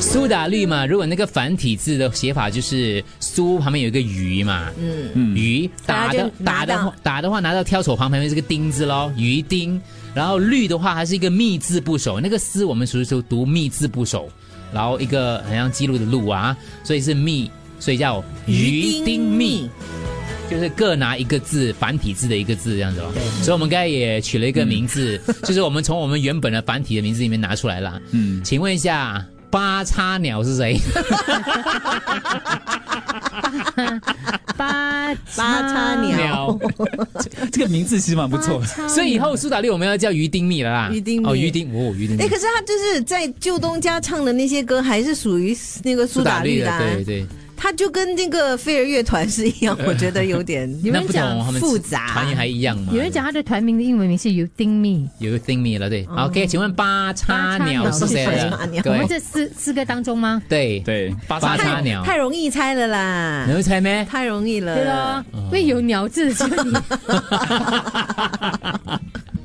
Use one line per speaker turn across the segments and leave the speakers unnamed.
苏打绿嘛，如果那个繁体字的写法就是苏旁边有一个鱼嘛，嗯，鱼打
大家
的
就
打
拿
的
到
话打的话拿到挑手旁旁边是个丁字喽，鱼丁。然后绿的话还是一个密字部首，那个丝我们熟熟读密字部首，然后一个很像记录的录啊，所以是密，所以叫鱼丁密。就是各拿一个字，繁体字的一个字这样子哦。所以我们刚才也取了一个名字，
嗯
就是我们从我们原本的繁体的名字里面拿出来啦。嗯，请问一下，八叉鸟是谁？
八
八
叉鸟
鸟。
这个名字其实蛮不 错的。
所以以后苏打绿我们要叫鱼丁蜜了啦。
鱼丁蜜
哦，鱼丁哦，鱼丁蜜。
哎，可是他就是在旧东家唱的那些歌，还是属于那个苏打绿的啊，
对对，
他就跟那个飞儿乐团是一 样，我觉得有点
有
那
人
不懂
讲，
他们
复杂
团员还一样吗？
有人讲他的团名的英文名是 You Think Me。
有 Think Me 了，对。OK，请问八叉鸟是谁
八
哦叉
的？
鸟
各
我们
位，
这四四个当中吗？
对，
对，
八
太
叉鸟，
太容易猜了啦
你，会猜咩？
太容易了。
对啊咯，因为有鸟字只有你。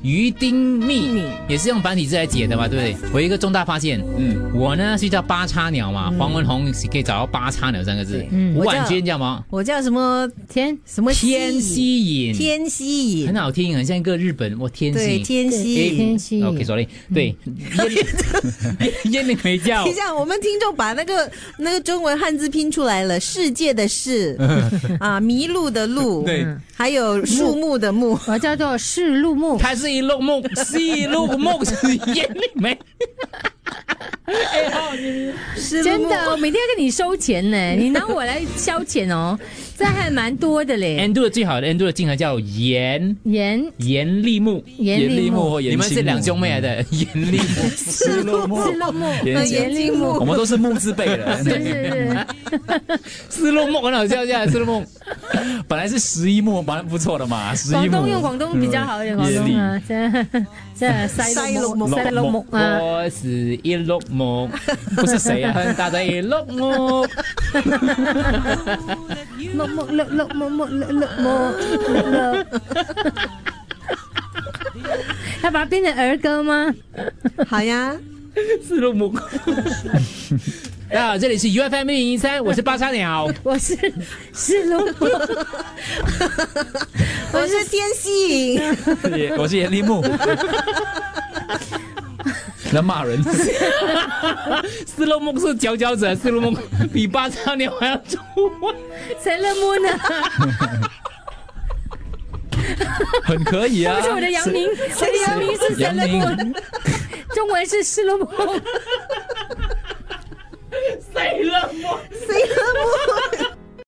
鱼丁蜜也是用繁体字来解的嘛，对不对？我有一个重大发现，
嗯，
我呢是叫八叉鸟嘛，黄文宏可以找到八叉鸟三个字，吴
我叫
婉娟叫吗？
我叫什么
天，
什么
天
蜥
吸
蜴
引，
天哎蜥
很
蜴，
好听，很像一个日本，我天嗯
对
吸
天
诶
蜥
天。吸
OK，sorry，对， 燕燕玲没叫
等一，下，我们听众把那个那个中文汉字拼出来了，世界的 世啊，迷路的路，
对，
还有树木的木，
我叫做世 路木。
她是一路梦，是一路梦，是 燕玲没。
是
真
路
的，
木呃
我每天要跟你收钱 呢，你拿我来消遣哦，这还蛮多的嘞。
Andrew 的最好的 Andrew 的竟然叫严
严
严立木，
严
立
立
木
木，
或严
你们是两兄妹来的，严立木。
是落木，
世路木，呃
严
严立木
我们都是木字辈
是
的。
是是，
思路梦很好笑，现在思路梦。
本来是十一木，蛮不错的嘛，十一嗯
广
木。
东用广东比较好一点，广东啊，这这塞路木，塞路木啊。
我是一碌木，不是谁啊？很大的一碌木，
木木乐乐木木乐乐木乐乐，要把它变成儿歌吗？
好呀，
思路木。大家好，这里是 U F M 零零三，我是八叉鸟。
我是是路木，
我是天蜥蜴，
也我是严立 木。来骂 人，
思路梦是佼佼者，思路梦比八叉鸟还要出名。
谁乐木呢？
很可以 啊。
不是我的杨明，我的杨明是谁乐
杨
木？中文是是路木，
谁了我？